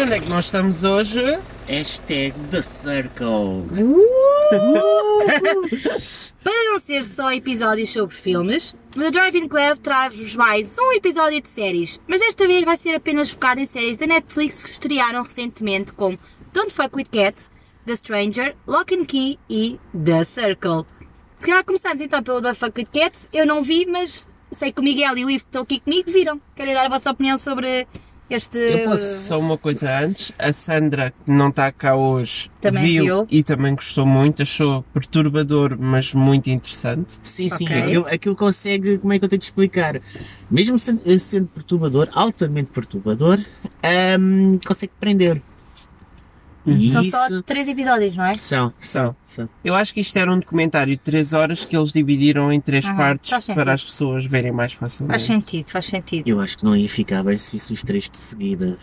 Onde é que nós estamos hoje? Hashtag The Circle. Para não ser só episódios sobre filmes, The Drive-In Club traz-vos mais um episódio de séries, mas desta vez vai ser apenas focado em séries da Netflix que estrearam recentemente como Don't Fuck With Cats, The Stranger, Lock and Key e The Circle. Se calhar começamos então pelo Don't Fuck With Cats, eu não vi, mas sei que o Miguel e o Ivo que estão aqui comigo viram. Querem dar a vossa opinião sobre este... Eu posso só uma coisa antes. A Sandra, que não está cá hoje, Também viu, viu. e também gostou muito. Achou perturbador, mas muito interessante. Sim, sim, Ok. aquilo, aquilo consegue, como é que eu tenho de explicar? Mesmo sendo, sendo perturbador, altamente perturbador, ahm, consegue prender. Uhum. E São só isso- três episódios, não é? São, são, são. Eu acho que isto era um documentário de 3 horas que eles dividiram em três Uhum, faz partes sentido. para as pessoas verem mais facilmente. Faz sentido, faz sentido. Eu acho que não ia ficar bem se visse os três de seguida.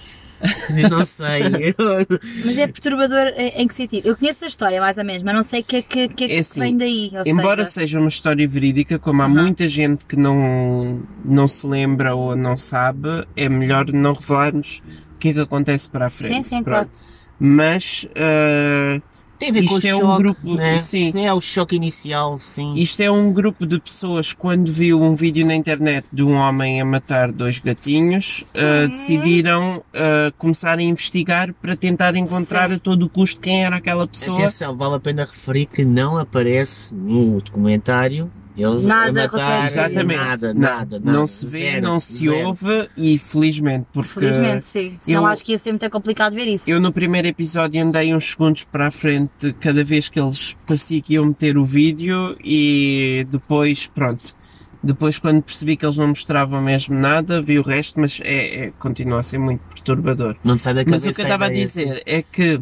Eu não sei. eu- Mas é perturbador em em que sentido? Eu conheço a história mais ou menos, mas não sei o que é que, que, é que É assim, vem daí. Ou Embora seja, seja uma história verídica, como há Uhum. muita gente que não, não se lembra ou não sabe, é melhor não revelarmos o que é que acontece para a frente. Sim, sim, Pronto. Mas ah, Tem a ver com Isto o é um choque, grupo- né? sim. É o choque inicial, sim. isto é um grupo de pessoas quando viu um vídeo na internet de um homem a matar dois gatinhos, ah, Uhum. decidiram ah, começar a investigar para tentar encontrar Sim. a todo o custo quem era aquela pessoa. Atenção, vale a pena referir que não aparece no documentário eles Nada a matar, relacionado a isso. Exatamente. nada, não, nada, nada. não se vê, Zero, não se zero. ouve e felizmente, porque Felizmente, sim. Senão eu- acho que ia ser muito complicado ver isso. Eu no primeiro episódio andei uns segundos para a frente cada vez que eles parecia que iam meter o vídeo e depois, pronto. Depois quando percebi que eles não mostravam mesmo nada, vi o resto, mas é, é- continua a ser muito perturbador. Não te sai da Mas cabeça. o que eu estava a ideia. dizer é que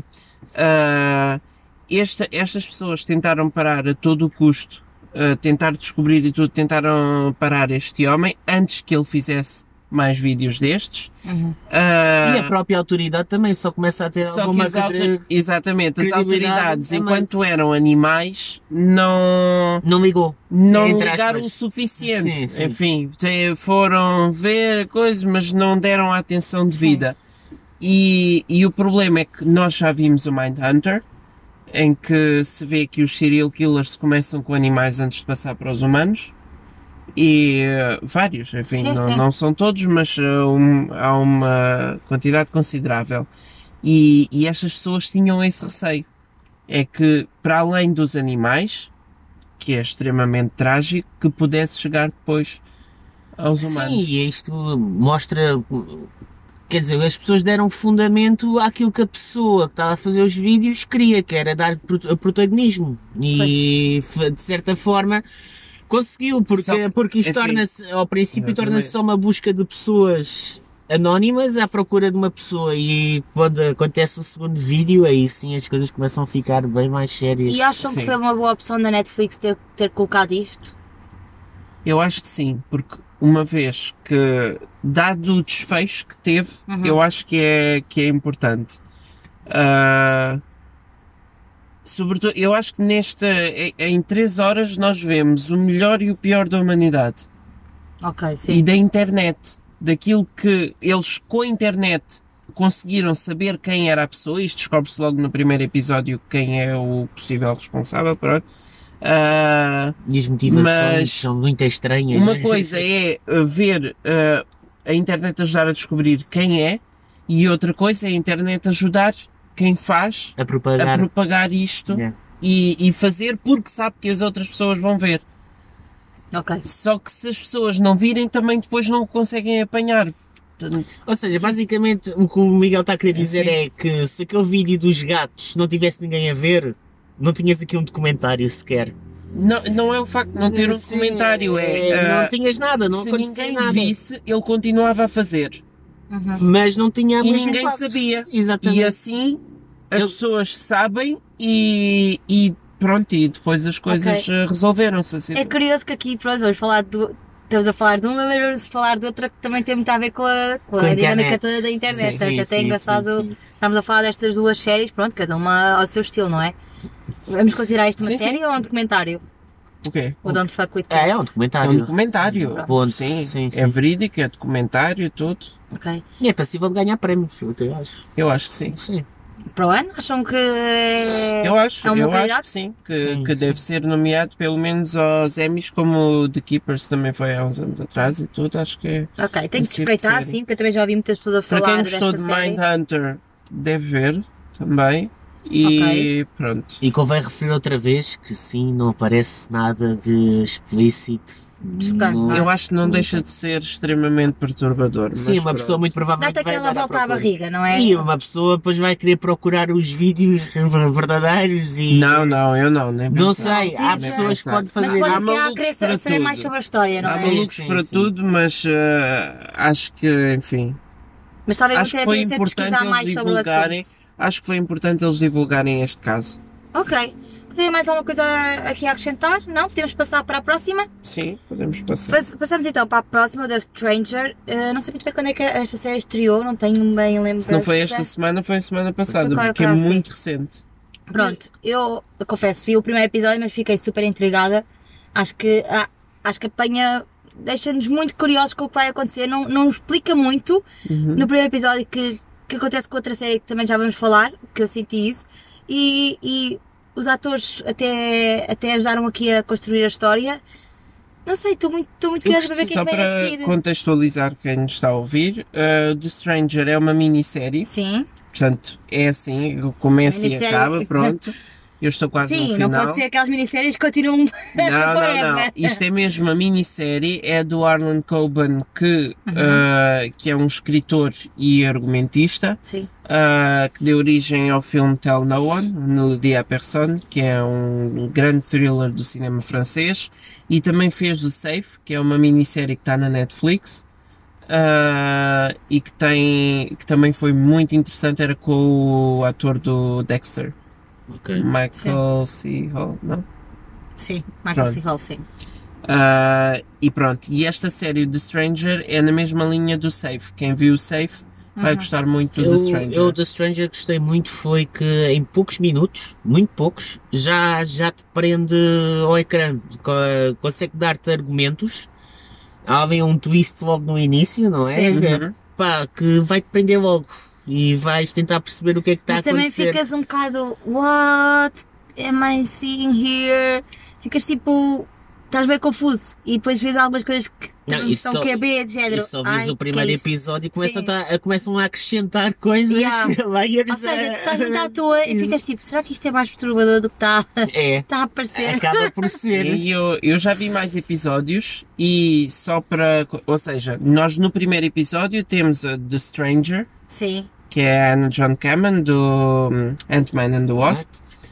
ah, esta- estas pessoas tentaram parar a todo o custo, ah, tentar descobrir e tudo, tentaram parar este homem antes que ele fizesse mais vídeos destes. Uhum. Ah, E a própria autoridade também só começa a ter só que alguma as alter... coisa. Exatamente, as credibilidade autoridades, também. enquanto eram animais, não, Não ligou. não Entre ligaram o aspas. suficiente. Sim, sim. Enfim, te- foram ver a coisa, mas não deram a atenção devida. E, e o problema é que nós já vimos o Mindhunter, em que se vê que os serial killers começam com animais antes de passar para os humanos. E eh, vários, enfim, Sim, não, sim. não são todos, mas eh, um- há uma quantidade considerável. E, e estas pessoas tinham esse receio. É que, para além dos animais, que é extremamente trágico, que pudesse chegar depois aos Sim, humanos. e isto mostra. Quer dizer, as pessoas deram fundamento àquilo que a pessoa que estava a fazer os vídeos queria, que era dar pro- protagonismo. E fa- de certa forma conseguiu, Só porque, que, porque isto enfim, torna-se, ao princípio, exatamente. torna-se só uma busca de pessoas anónimas à procura de uma pessoa. E quando acontece o segundo vídeo, aí sim as coisas começam a ficar bem mais sérias. E acham Sim. que foi uma boa opção da Netflix ter, ter colocado isto? Eu acho que sim, porque uma vez que, dado o desfecho que teve, Uhum. eu acho que é, que é importante. Ah, sobretudo, eu acho que nesta, em- em três horas nós vemos o melhor e o pior da humanidade. Ok, e sim. da internet, daquilo que eles com a internet conseguiram saber quem era a pessoa, isto descobre-se logo no primeiro episódio quem é o possível responsável, pronto. Ah, E as motivações Mas- são muito estranhas. uma né? coisa é uh, ver uh, a internet ajudar a descobrir quem é, e outra coisa é a internet ajudar quem faz a a propagar. né? propagar isto Yeah. e, e fazer porque sabe que as outras pessoas vão ver. Ok. Só que se as pessoas não virem, também depois não o conseguem apanhar. Portanto, Ou seja, basicamente o que o Miguel está a querer É, dizer sim. é que se aquele vídeo dos gatos não tivesse ninguém a ver, não tinhas aqui um documentário sequer. Não, não é o facto de não ter um Sim, comentário, é. não ah, tinhas nada, não se acontecia ninguém nada. visse, ele continuava a fazer. Uhum. Mas não tinha e mesmo ninguém impacto. sabia. Exatamente. E assim, as Eu- pessoas sabem e, e pronto, e depois as coisas ah, resolveram-se. Assim. É curioso que aqui, pronto, vamos falar do. Estamos a falar de uma, mas vamos falar de outra que também tem muito a ver com a, com a Com a dinâmica internet. toda da internet. Sim, é que sim, até é sim, engraçado. sim, sim. Estamos a falar destas duas séries, pronto, cada uma ao seu estilo, não é? Vamos considerar isto uma Sim, sim. série ou um documentário? O quê? O Don't Fuck With Cats. É, é um É documentário. um documentário. Ponto. Sim, Sim, É sim. verídico, é documentário, tudo. Ok. E é passível de ganhar prémios, eu até acho. Eu acho que sim. Sim. Para o ano, acham que. é- Eu acho, é uma eu acho qualidade? que sim, que, Sim, que sim. deve ser nomeado pelo menos aos Emmys, como o The Keepers também foi há uns anos atrás e tudo, acho que é. Ok, tenho que Esse tipo de espreitar, série. sim, porque eu também já ouvi muitas pessoas a Para falar quem desta gostou de série. Mindhunter, deve ver também. E Ok. pronto. E convém referir outra vez que sim, não aparece nada de explícito. Chocante, não é? Eu acho que não Muito. deixa de ser extremamente perturbador. Sim, mas uma pronto. pessoa muito provavelmente Dá-te vai aquela andar à volta à procura. barriga, não é? E uma pessoa depois vai querer procurar os vídeos verdadeiros e... Não, não, eu não, nem Não pensar. sei, há Sim, pessoas que sim. podem Mas fazer... há podem ser a malucos para querer saber é mais tudo. sobre a história, não Há é? Sim, malucos sim, para sim. tudo, mas eh, acho que, enfim, Mas talvez Acho você que tenha foi de importante pesquisar eles mais sobre o divulgarem. assunto. acho que foi importante eles divulgarem este caso. Ok. Tem mais alguma coisa aqui a acrescentar? Não? Podemos passar para a próxima? Sim, podemos passar. Pass- Passamos então para a próxima, da Stranger. Eh, não sei muito bem quando é que esta série estreou, não tenho bem lembrança. Se não foi esta semana, foi a semana passada, Foi porque é qualquer muito recente. Pronto, eu confesso, vi o primeiro episódio, mas fiquei super intrigada. Acho que, ah, acho que apanha. Deixa-nos muito curiosos com o que vai acontecer. Não, não explica muito Uhum. no primeiro episódio que, que acontece com outra série que também já vamos falar, que eu senti isso. E, e os atores até, até ajudaram aqui a construir a história. Não sei, estou muito, estou muito Eu curiosa para ver o gost- que é Só que vem a para seguir. contextualizar quem nos está a ouvir, eh, The Stranger é uma minissérie, Sim, portanto é assim, começa e Minissérie. acaba, pronto. Eu estou quase no sim, um final. não pode ser aquelas minisséries que continuam Não, não, não. forever. Isto é mesmo uma minissérie, é do Arlen Coben, que, Uhum. ah, que é um escritor e argumentista, Sim, ah, que deu origem ao filme Tell No One, Melody à Personne, que é um grande thriller do cinema francês, e também fez o Safe, que é uma minissérie que está na Netflix. ah, e que tem que também foi muito interessante era com o ator do Dexter Ok. Michael C. Hall não sim, Pronto. Michael C. Hall, sim. Ah, e pronto, e esta série The Stranger é na mesma linha do Safe. Quem viu o Safe vai Uhum. gostar muito do Eu, The Stranger. eu The Stranger gostei muito foi que em poucos minutos, muito poucos, já, já te prende ao ecrã. Co- Consegue dar-te argumentos. Há bem um twist logo no início, não é? Sim. Que, Uhum. Pá, que vai te prender logo. E vais tentar perceber o que é que está a Mas também acontecer. ficas um bocado, what am I seeing here? Ficas tipo, estás bem confuso. E depois vês algumas coisas que Não, também isso são só- QB, de E género. só "Ai, vês que é o primeiro isto?" episódio e começam, Sim. a, tá, começam a acrescentar coisas. Yeah. layers, Ou seja, eh, tu estás muito à toa e ficas tipo, será que isto é mais perturbador do que está É, está a aparecer? acaba por ser. E eu, eu já vi mais episódios e só para. Ou seja, nós no primeiro episódio temos a The Stranger, Sim. que é a Anna John Cameron do hum, Ant-Man and the Wasp,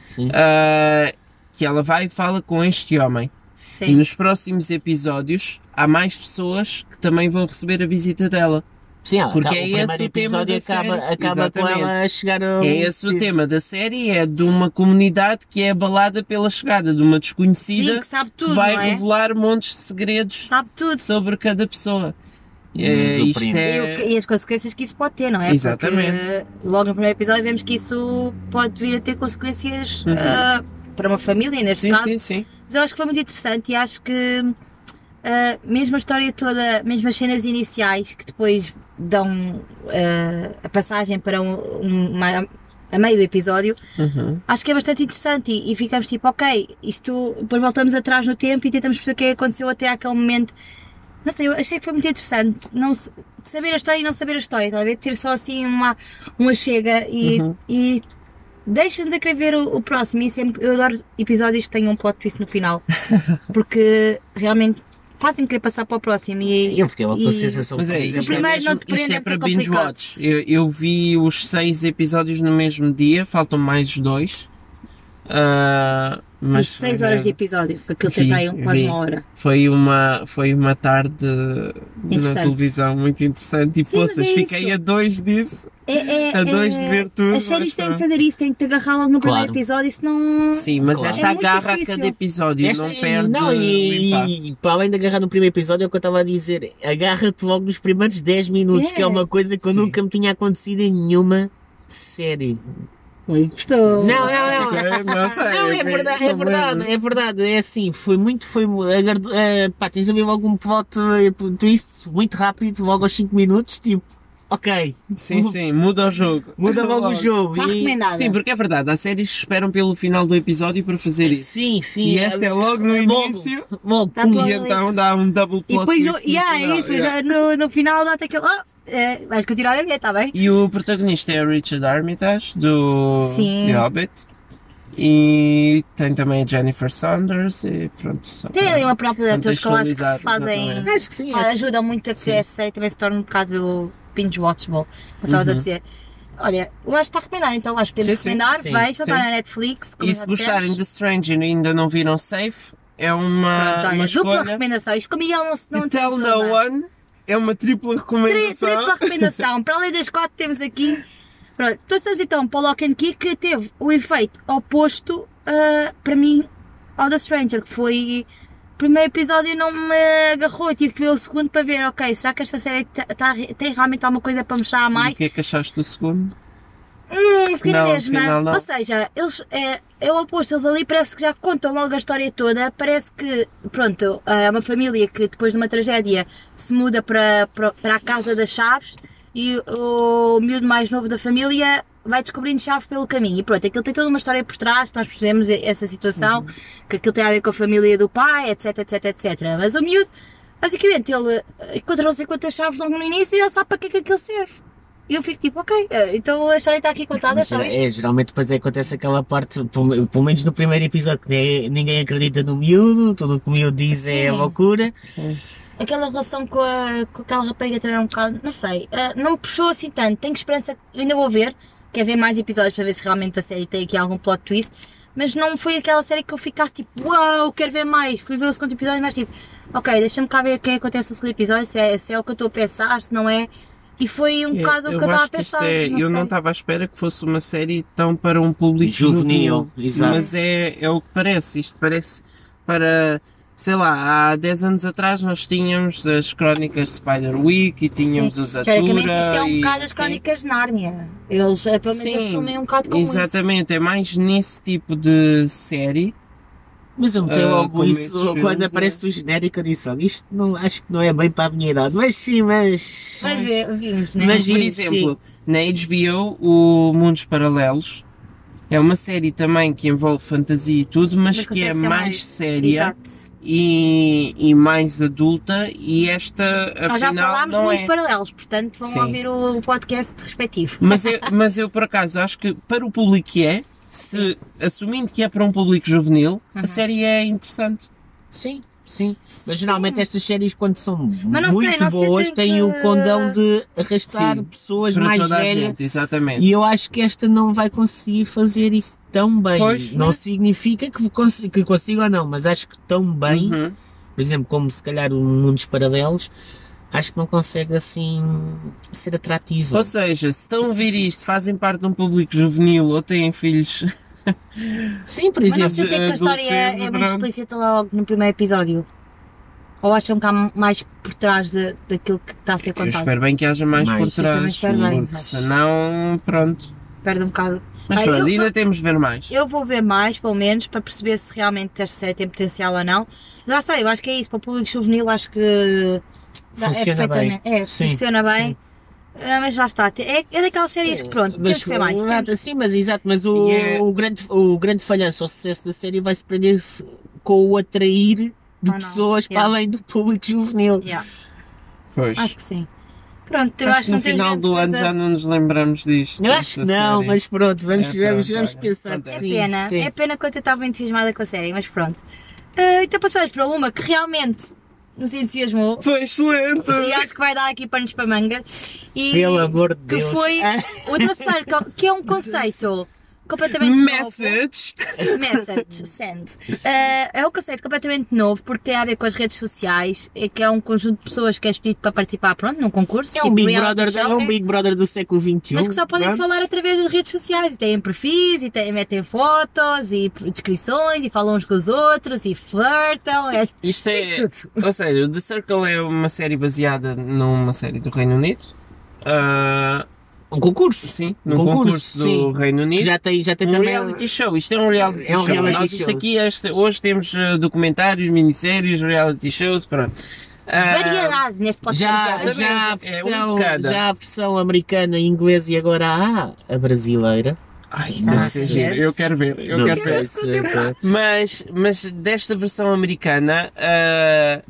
Sim. ah, que ela vai e fala com este homem. E Sim. nos próximos episódios há mais pessoas que também vão receber a visita dela. Sim, ela Porque acaba- é o primeiro esse o tema episódio da série. acaba, acaba com Exatamente. ela a chegar ao. É esse o tema da série, é de uma comunidade que é abalada pela chegada de uma desconhecida Sim, que sabe que tudo, vai não é? revelar montes de segredos Sabe tudo. sobre cada pessoa. É, Nos isto surpreende. E, o que- é... e as consequências que isso pode ter, não é? Exatamente. Porque logo no primeiro episódio vemos que isso pode vir a ter consequências Uhum. ah, para uma família, neste Sim, caso. sim, sim. Mas eu acho que foi muito interessante e acho que ah, mesmo a história toda, mesmo as cenas iniciais que depois dão ah, a passagem para um, um- uma- a meio do episódio, Uhum. acho que é bastante interessante e, e ficamos tipo, ok, isto depois voltamos atrás no tempo e tentamos perceber o que é que aconteceu até àquele momento. Não sei, eu achei que foi muito interessante não se- saber a história e não saber a história, talvez ter só assim uma, uma chega e, Uhum. e deixa-nos a querer ver o, o próximo. E sempre, eu adoro episódios que tenham um plot twist no final, porque realmente fazem-me querer passar para o próximo. E, Eu fiquei logo com a E- sensação Mas é, que- isto, é, primeiro mesmo- não te isto prende, é é para muito binge watch. Eu, eu vi os seis episódios no mesmo dia, faltam mais dois. Ah, mas mas 6 horas de episódio, porque aquilo tem Vi, para aí um- quase vi. uma hora. Foi uma, foi uma tarde na Interessante. televisão muito interessante e Sim, mas poças, é fiquei isso. a dois disso, É, é, a dois de é- ver tudo. As lá séries têm que está. fazer isso, têm que te agarrar logo no primeiro Claro. episódio, senão. Sim, mas Claro. esta É muito agarra a difícil. cada episódio, Esta- é, não perde não, o impacto. e, e para além de agarrar no primeiro episódio, é o que eu estava a dizer. Agarra-te logo nos primeiros 10 minutos, É. que é uma coisa que eu Sim. nunca me tinha acontecido em nenhuma série. Ui, gostou. Não, não, não. Ok, Não, sei, Não, é ok, verdade, não é lembro. verdade, é verdade, é assim, foi muito, foi, um agardo- eh, pá, tens a ver algum plot eh, twist muito rápido, logo aos 5 minutos, tipo, ok, Sim, sim, muda o jogo. muda logo o jogo. Está e- recomendada. Sim, porque é verdade, há séries que esperam pelo final do episódio para fazer isso. Sim, sim. E esta é logo no início. Logo, Tá bom. pum. E então dá um double E plot depois, no, twist no yeah, final, é isso, yeah. depois no, no final dá-te aquele. Oh, eh, vais continuar a ver, está bem? E o protagonista é o Richard Armitage, do Sim. The Hobbit. E tem também a Jennifer Saunders e pronto. Só Tem para- ali uma própria atores que eu acho contextualizar, que fazem. exatamente. Acho que sim. Ah, acho- ajuda muito a que Sim. esta série também se torne um bocado binge watchable, como estavas a dizer. Olha, eu acho que está recomendado, então acho que podemos Uhum. Sim, sim. recomendar. Sim, Vejam, está sim. na Netflix. Como E já se gostarem dissemos. de Strange e ainda não viram Safe, é uma, Pronto, olha, uma dupla escolha. recomendação. Isto com o Miguel não se não E Tell temos No uma. One é uma tripla Tri- recomendação. Tripla recomendação. Para além das quatro que temos aqui. Pronto, passamos então para o Lock and Key que teve o efeito oposto ah, para mim ao da Stranger, que foi. O primeiro episódio não me agarrou, eu tive que ver o segundo para ver, ok, será que esta série tá- tá- tem realmente alguma coisa para mostrar a E mais? o que é que achaste do segundo? Hum, fiquei na Não, mesma. afinal não. Ou seja, eles é, é o oposto, eles ali parece que já contam logo a história toda. Parece que, pronto, é uma família que depois de uma tragédia se muda para, para, para a casa das chaves e o miúdo mais novo da família vai descobrindo chaves pelo caminho. E pronto, aquilo tem toda uma história por trás, nós percebemos essa situação, Uhum. que aquilo tem a ver com a família do pai, etc, etc, etc. Mas o miúdo, basicamente, ele eh, encontra não sei quantas chaves logo no início e já sabe para que é que aquilo serve. E eu fico tipo, ok, eh, então a história está aqui contada, Mas, só isto. é, geralmente depois é que acontece aquela parte, pelo pelo menos no primeiro episódio, que nem- ninguém acredita no miúdo, tudo o que o miúdo diz é Sim. loucura. é- Aquela relação com, a- com aquela rapariga também é um bocado, não sei, eh, não me puxou assim tanto. Tenho esperança, que- ainda vou ver, quero ver mais episódios para ver se realmente a série tem aqui algum plot twist, mas não foi aquela série que eu ficasse tipo, uau, quero ver mais. Fui ver o segundo episódio, mas tipo, ok, deixa-me cá ver o que é que acontece no segundo episódio, se é, se é o que eu estou a pensar, se não é. E foi um É, bocado o eu que eu estava a acho que isto pensar. é- eu não sei. estava à espera que fosse uma série tão para um público Juvenil, exato. mas é, é o que parece. Isto parece para, sei lá, há 10 anos atrás nós tínhamos as crónicas Spider-Week e tínhamos Sim. os Atura. Teoricamente isto é um e- bocado as sim. crónicas de Nárnia. Eles eh, pelo menos Sim, assumem um bocado como isso. Exatamente, é mais nesse tipo de série. Mas eu meti Ah, logo como isso esses filmes, quando é. aparece o genérico, eu disse: "Olha, isto não, acho que não é bem para a minha idade, mas sim, mas. Mas ver, vimos, né? Mas- Por Sim, exemplo, na HBO, o Mundos Paralelos é uma série também que envolve fantasia e tudo, mas, Mas que consegue é ser mais, mais- séria Exato. e, e mais adulta. E esta, afinal, Nós já falámos não muitos é. paralelos, portanto vão Sim. ouvir o podcast respectivo. Mas eu, mas eu, por acaso, acho que para o público que é, se, assumindo que é para um público juvenil, Uhum. a série é interessante. Sim, sim. Mas é geralmente estas séries, quando são não sei, muito não sei, é boas, tem têm que- o condão de arrastar Sim, pessoas para mais toda a velhas. gente, exatamente. E eu acho que esta não vai conseguir fazer isso tão bem. Pois. né? não significa que, cons que consiga ou não, mas acho que tão bem, Uhum. por exemplo, como se calhar o Mundos Paralelos, acho que não consegue assim ser atrativa. Ou seja, se estão a ouvir isto, fazem parte de um público juvenil ou têm filhos Sim, por Mas não exemplo. sei eh, até que a história é, é adolescente, muito pronto. explícita logo no primeiro episódio. Ou acham que há mais por trás de- daquilo que está a ser Eu contado? espero bem que haja mais, Mais. por Eu também trás, espero bem, porque mas- senão, pronto. Perde um bocado. Mas Ah, pronto, eu- ainda temos de ver mais. Eu vou ver mais, pelo menos, para perceber se realmente esta série tem potencial ou não. Mas lá está, eu acho que é isso. Para o público juvenil, acho que dá- é Funciona perfeitamente. bem. É, Sim, funciona bem. sim. Oh, Ah, mas lá está. É, é daquelas séries que, pronto, temos que ver mais. exato, Temos- Sim, assim, mas exato, mas o, E é- o grande, o grande falhanço ao sucesso da série vai se prender -se com o atrair de Ah, não. pessoas para Yeah. além do público juvenil. Yeah, Pois. acho que sim. Pronto, eu Acho acho, que não no temos final grande do ano coisa. já não nos lembramos disto. Eu acho que desta não, série. mas pronto, vamos, É, vamos, pronto, vamos olha, pensar que acontece. sim. É pena, sim. é pena que eu até estava entusiasmada com a série, mas pronto. Ah, então passamos para uma que realmente nos entusiasmou Foi excelente! e acho que vai dar aqui panos para manga. E Pelo amor de que Deus. foi Ah, o The Circle, que é um conceito completamente é novo. Message! Message, send. Eh, é um conceito completamente novo porque tem a ver com as redes sociais, é que é um conjunto de pessoas que é escolhido para participar pronto, num concurso. É um, tipo Big reality Brother, show, é um é, Big Brother do século um, XXI. Mas que só podem pronto. falar através das redes sociais. E têm perfis, e têm, metem fotos, e descrições, e falam uns com os outros, e flirtam. É, Isto é. tem tudo. Ou seja, o The Circle é uma série baseada numa série do Reino Unido. Ah, Um concurso. sim, num concurso Concurso, do Reino Que assim, Unido. já tem, já tem um também. reality show, isto é um reality É um show. reality Nós isto show. aqui, este- hoje temos eh, documentários, minisséries, reality shows, pronto. Variedade neste É. Já, Exatamente. podcast. já, a É um de versão, cada. já a versão americana, inglesa e agora há a brasileira. Ai, deve Ah, ser sim. giro. Eu quero ver, eu Não quero é sei ver. se- Mas, mas desta versão americana, ah,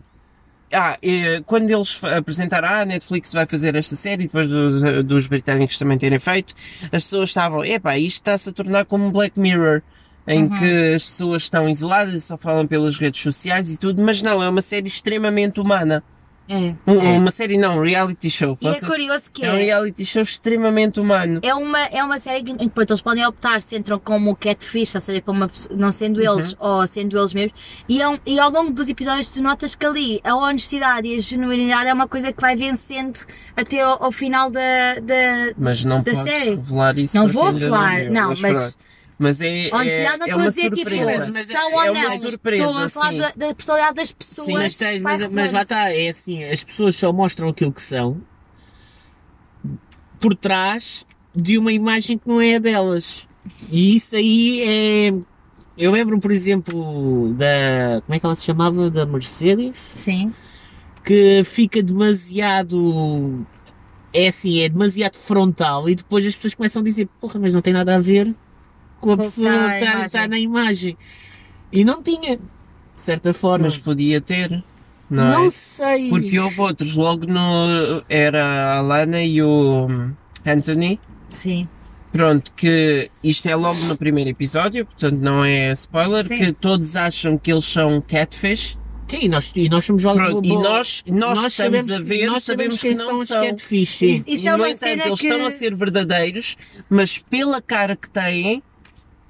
ah, eh, quando eles fa- apresentaram, ah, a Netflix vai fazer esta série, depois dos, dos britânicos também terem feito, as pessoas estavam, epá, isto está-se a tornar como um Black Mirror, em Uhum. que as pessoas estão isoladas e só falam pelas redes sociais e tudo, mas não, é uma série extremamente humana. É. Um- Uma série não, um reality show. E é Vocês- curioso que é um é. reality show extremamente humano. É uma, é uma série que em que, pronto, eles podem optar se entram como um catfish, ou seja, como uma pessoa- não sendo Uhum. eles ou sendo eles mesmos. E, é um- e ao longo dos episódios tu notas que ali a honestidade e a genuinidade é uma coisa que vai vencendo até ao, ao final da, da- Mas não da podes série. revelar isso. Não porque vou ainda revelar, viu, não, mas- pronto. Mas é, é, honestidade. não é estou uma a dizer surpresa. tipo Mas é- são é ou uma não. surpresa, estou a falar sim. da, da personalidade das pessoas. Mas, tens, vai mas, mas lá revelando-se. está, é assim, as pessoas só mostram aquilo que são por trás de uma imagem que não é a delas. E isso aí é. Eu lembro-me, por exemplo, da. Como é que ela se chamava? Da Mercedes? Sim. Que fica demasiado. É assim, é demasiado frontal e depois as pessoas começam a dizer: porra, mas não tem nada a ver com a Com o que pessoa que está na está, imagem." está na imagem. E não tinha, de certa forma. Mas podia ter, não, Não, é? sei. Porque houve outros, logo no. Era a Lana e o hum, Anthony. Sim. Pronto, que isto é logo no primeiro episódio, portanto não é spoiler, Sim. que todos acham que eles são catfish. Sim, e nós, e nós somos jogos Pronto, e nós, nós, que estamos a ver, nós sabemos, que quem não os são. catfish. Sim. Isso e, é no uma entanto, cena eles que- estão a ser verdadeiros, mas pela cara que têm,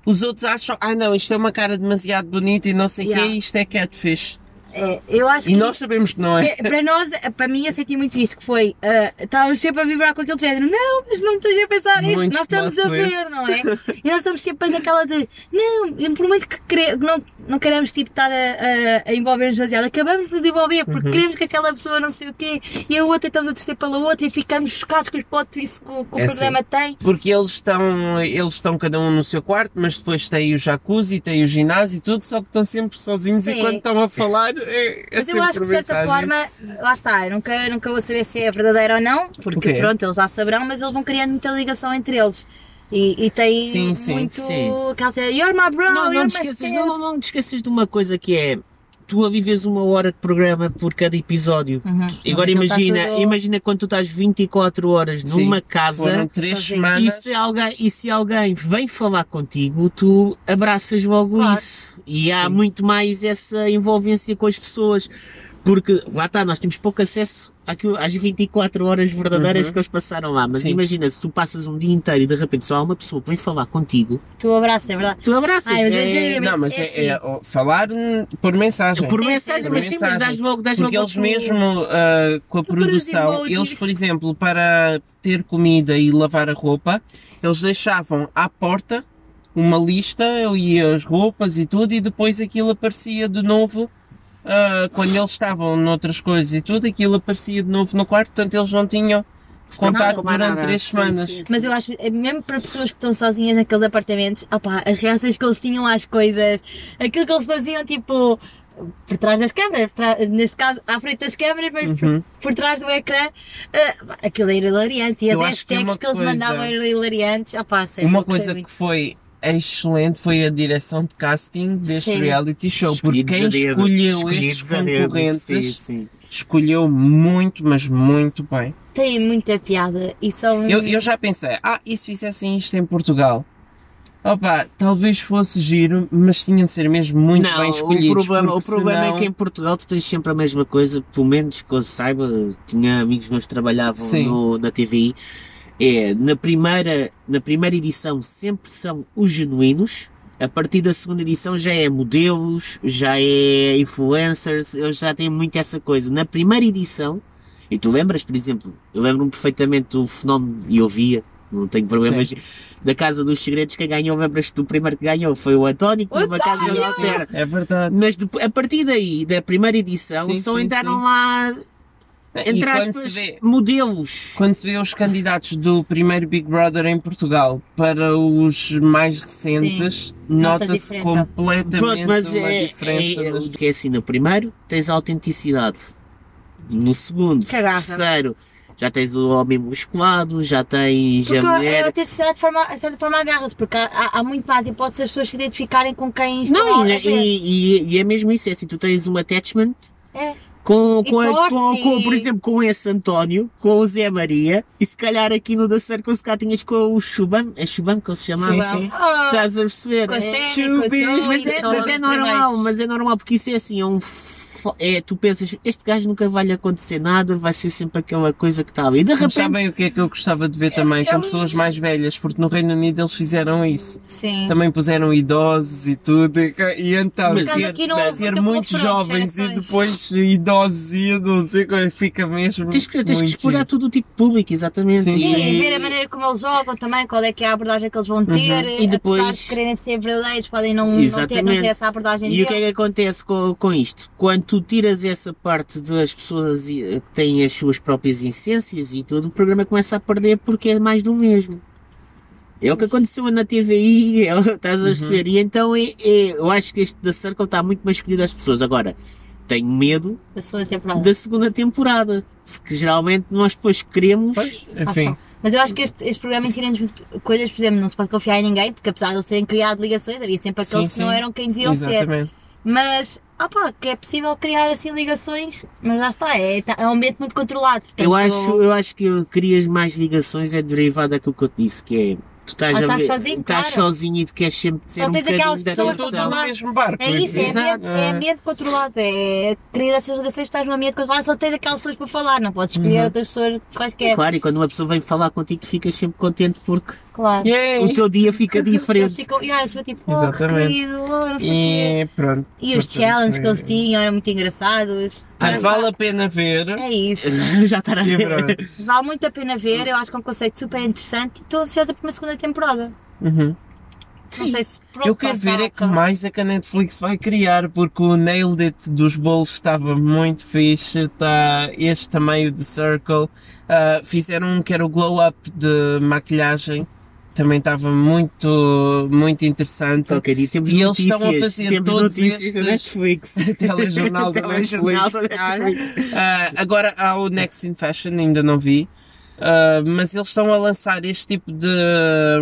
os outros acham, ah não, isto é uma cara demasiado bonita e não sei o Yeah. quê, isto é catfish. É, eu acho E que nós sabemos que não é. Pa- Para nós, para mim, eu senti muito isto, que foi, ah, estávamos sempre a vibrar com aquele género, não, mas não me estejas a pensar nisso, Muitos nós estamos a plot ver, twists. não é? E nós estamos sempre naquela de, não, por muito que, quere- que não, não queremos tipo, estar a, a- a envolver-nos demasiado, acabamos por nos envolver, Uhum. porque queremos que aquela pessoa não sei o quê, e a outra estamos a torcer pela outra e ficamos chocados com os plot twists que o, que o É assim. programa tem. Porque eles estão, eles estão cada um no seu quarto, mas depois tem o jacuzzi, tem o ginásio e tudo, só que estão sempre sozinhos Sim. e quando estão a falar é, é Mas eu sempre acho que de certa mensagem. forma, lá está, eu nunca, nunca vou saber se é verdadeiro ou não, porque Ok. pronto, eles lá saberão, mas eles vão criando muita ligação entre eles. E, e tem Sim, sim, muito sim. aquela cena, you're my bro, Não, you're não, my te esqueças, sis." não, não, não te esqueças de uma coisa que é. Tu a vives uma hora de programa por cada episódio. Uhum. E Agora Então está imagina, tudo- imagina quando tu estás 24 horas Sim. numa casa Foram três Sozinho. e semanas. se, alguém, e se alguém vem falar contigo, tu abraças logo Claro. isso. E há muito mais essa envolvência com as pessoas. Porque, lá está, nós temos pouco acesso àquilo, às 24 horas verdadeiras Uhum. que eles passaram lá. Mas Sim. imagina, se tu passas um dia inteiro e de repente só há uma pessoa que vem falar contigo, Tu abraças, é verdade. tu abraças. Ai, mas eu É- juro- Não, mas é é, é, assim. oh, falar hum, por mensagem. Por Sim, mensagem, sim, mas sim. sim, mas dás logo, dás Porque logo eles outro- mesmo ah, com a Por exemplo, produção, emojis. eles, por exemplo, para ter comida e lavar a roupa, eles deixavam à porta uma lista e as roupas e tudo, e depois aquilo aparecia de novo. ah, quando eles estavam noutras coisas e tudo, aquilo aparecia de novo no quarto, portanto eles não tinham contato Não, não há durante nada. três Sim, semanas. sim, sim. Mas eu acho, é mesmo para pessoas que estão sozinhas naqueles apartamentos, opá, as reações que eles tinham às coisas, aquilo que eles faziam, tipo, por trás das câmaras, por trás- neste caso, à frente das câmaras, mas Uhum. por, por trás do ecrã, ah, aquilo era hilariante. E as Eu acho que é hashtags uma que, eles coisa- mandavam eram hilariantes, opá, sério, Uma eu gostei coisa muito. que foi excelente foi a direção de casting deste Sim. reality show, porque Escolhidos quem a dedo, escolheu escolhidos estes a dedo, concorrentes Sim, sim. escolheu muito, mas muito bem. Tem muita piada e são. Hum. Eu, eu já pensei, ah, e se fizessem isto em Portugal? Opa, talvez fosse giro, mas tinha de ser mesmo muito não, bem escolhido. O problema, o problema é que em Portugal tu tens sempre a mesma coisa, pelo menos que eu saiba, tinha amigos meus que trabalhavam Sim. no- na TVI. É, na primeira, na primeira edição sempre são os genuínos, a partir da segunda edição já é modelos, já é influencers, eles já têm muito essa coisa. Na primeira edição, e tu lembras, por exemplo, eu lembro-me perfeitamente do fenómeno, e eu via, não tenho problemas, da Casa dos Segredos, quem ganhou, lembras-te do primeiro que ganhou? Foi o António, que O tinha uma casa António! de altera. É verdade. Mas depo- a partir daí, da primeira edição, Sim, só sim, entraram sim. lá, e quando entre aspas, se, vê, modelos. quando se vê os candidatos do primeiro Big Brother em Portugal para os mais recentes, Notas nota-se diferente. completamente Pronto, mas uma é, diferença. é, nas- é assim, no primeiro tens a autenticidade. no segundo, Cagava. terceiro, já tens o homem musculado, já tens Porque a eu mulher. até de certa forma, é de certa forma agarras, porque há, há muito mais hipóteses as pessoas se identificarem com quem estão Não, a e, ver. e- e- e é mesmo isso, é assim, tu tens um attachment É. com, E com, a- torce com, com- e- por exemplo, com esse António, com o Zé Maria, e se calhar aqui no da Circle se calhar tinhas com o Chuban, é Chuban que ele se chamava? Sim, sim. Ah, Estás a perceber? com a É. Sally, com a Chupi, Joey, Mas é, são mas os é primeiros. normal, mas é normal, porque isso é assim, é um. fo- É, tu pensas, este gajo nunca vai lhe acontecer nada, vai ser sempre aquela coisa que está ali. E de Mas repente. um- é sabem o que é que eu gostava de ver também? Com pessoas mais velhas, porque no Reino Unido eles fizeram isso. Sim. Uhum. Também puseram idosos e tudo, e, e então Mas Portanto, ter, aqui não ter houve muito muitos confronto de jovens e gerações. depois idosos e adultos, e coisa, fica mesmo. Tens que, tens que muito explorar giro. todo o tipo de público, exatamente. Sim, Sim, E- ver a maneira como eles jogam também, qual é que é a abordagem que eles vão ter, Uhum. E apesar depois- de quererem ser verdadeiros, podem não, não ter, não Exatamente. ter essa abordagem E o que é deles. que acontece com, com isto? Quando tu tiras essa parte das pessoas i- que têm as suas próprias essências e tudo, o programa começa a perder porque é mais do mesmo. É o que aconteceu na TVI, é, o- estás a Uhum. perceber? E então é- é- eu acho que este da Circle está muito bem escolhido às pessoas. Agora, tenho medo A sua Ah. temporada. da segunda temporada, porque geralmente nós depois queremos. Pois, Lá enfim. está. Mas eu acho que este, este programa ensina-nos muito- coisas, por exemplo, não se pode confiar em ninguém, porque apesar de eles terem criado ligações, havia sempre Sim, aqueles que sim. não eram quem diziam ser. Exatamente. Mas, opá, que é possível criar assim ligações, mas lá está, é, é um ambiente muito controlado. Eu portanto, acho, eu acho que eu crias mais ligações é derivado daquilo que eu te disse, que é tu estás, Ah, a estás ver- sozinho, estás claro. sozinho e tu queres sempre ter Só um tens aquelas bocadinho da pessoas São Estão todos todos no lá. mesmo barco. Ah. É isso, é enfim. Exato. ambiente, é ambiente controlado, é criar essas ligações, estás num ambiente controlado, só tens aquelas pessoas para falar, não podes escolher Uhum. outras pessoas quaisquer. Claro, e quando uma pessoa vem falar contigo, tu ficas sempre contente porque Claro. Yay! o teu dia fica Eles diferente. ficam, e ah, eles ficam tipo, oh, que Exatamente. querido, oh, não sei o quê. E pronto. E os portanto, challenges que eles é- tinham eram muito engraçados. Ah, Mas vale é lá- a pena ver. É isso. Já está na E pronto. Vale muito a pena ver, eu acho que é um conceito super interessante e estou ansiosa por uma segunda temporada. Uhum. Não sei se pronto, Eu quero ver é que saca. mais é que a Netflix vai criar, porque o Nailed It dos bolos estava muito fixe, está este também, o The Circle. Ah, fizeram um que era o Glow Up de maquilhagem, também estava muito, muito interessante. Qualquer dia temos E eles notícias. estão a fazer temos todos notícias da estes- Netflix. Telejornal da Telejornal da Netflix. Netflix. Ah, agora há o Next in Fashion, ainda não vi. Ah, mas eles estão a lançar este tipo de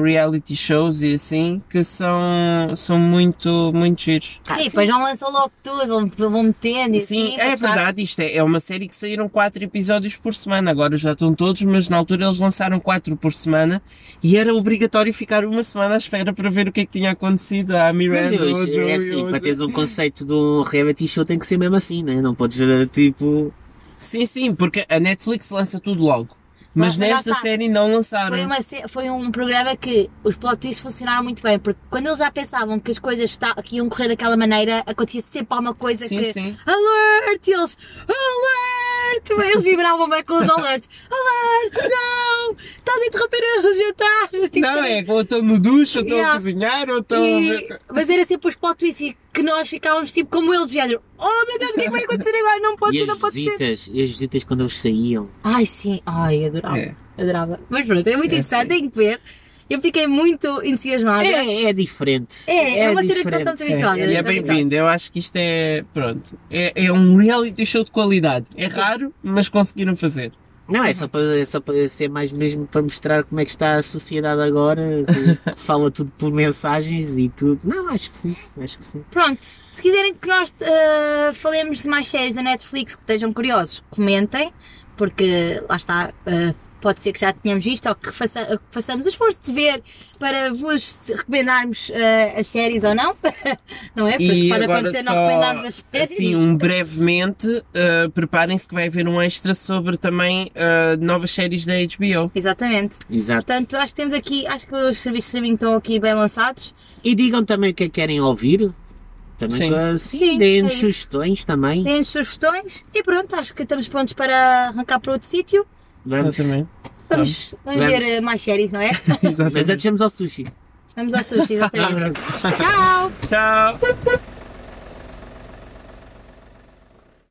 reality shows e assim que são, são muito, muito giros. Sim, pois não lançou logo tudo, vão, vão metendo e Sim, assim, é apesar- verdade, isto é, é uma série que saíram quatro episódios por semana, agora já estão todos, mas na altura eles lançaram quatro por semana e era obrigatório ficar uma semana à espera para ver o que é que tinha acontecido à Mas Miranda. eu, ao isto Joey, é assim, ao para Zé. teres um conceito de um reality show tem que ser mesmo assim, né? não podes ver tipo. Sim, sim, porque a Netflix lança tudo logo. Mas Mas lá nesta está. série não lançaram. Foi, uma se- foi um programa que os plot twists funcionaram muito bem, porque quando eles já pensavam que as coisas esta- que iam correr daquela maneira, acontecia sempre alguma coisa Sim, que. sim. Alert! E eles. Alert! Eles vibravam bem com os alerts. Alert! Não! Estás a interromper a rejeitar! Tipo, Não, é então, que ou estão no ducho, ou estão Yeah. a cozinhar, ou estão. a E, ver- mas era sempre os plot twists e que nós ficávamos tipo como eles, de género. Oh meu Deus, o que é que vai acontecer agora? Não pode e ser, as não pode ser. visitas, e as visitas quando eles saíam. Ai sim, ai, adorava, É. adorava. Mas pronto, é muito É, interessante, sim. tenho que ver. Eu fiquei muito entusiasmada. É, é diferente. É, é uma cena que diferente. não É, estamos habituados. e é Então, Verdade. bem-vindo, eu acho que isto é. Pronto. É, é um reality show de qualidade. É raro, mas conseguiram fazer. Não, é só, para, é só para ser mais mesmo para mostrar como é que está a sociedade agora, que- que fala tudo por mensagens e tudo. Não, acho que sim, acho que sim. Pronto, se quiserem que nós eh, falemos de mais séries da Netflix que estejam curiosos, comentem, porque lá está, eh, pode ser que já tenhamos visto ou que, faça- que façamos o esforço de ver para vos recomendarmos eh, as séries ou não, não é? Porque E pode agora acontecer não só, recomendarmos as séries. Assim, um brevemente, uh, preparem-se que vai haver um extra sobre também uh, novas séries da HBO. Exatamente. Exato. Portanto, acho que temos aqui, acho que os serviços de streaming estão aqui bem lançados. E digam também o que é que querem ouvir. Também Sim. que- Sim, deem-nos é isso. sugestões também. Deem sugestões e pronto, acho que estamos prontos para arrancar para outro sítio. Vamos. Exatamente. Vamos, vamos, Vamos. ver eh, mais séries, não é? Exatamente. Mas antes vamos ao sushi. vamos ao sushi, exatamente. Tchau! Tchau!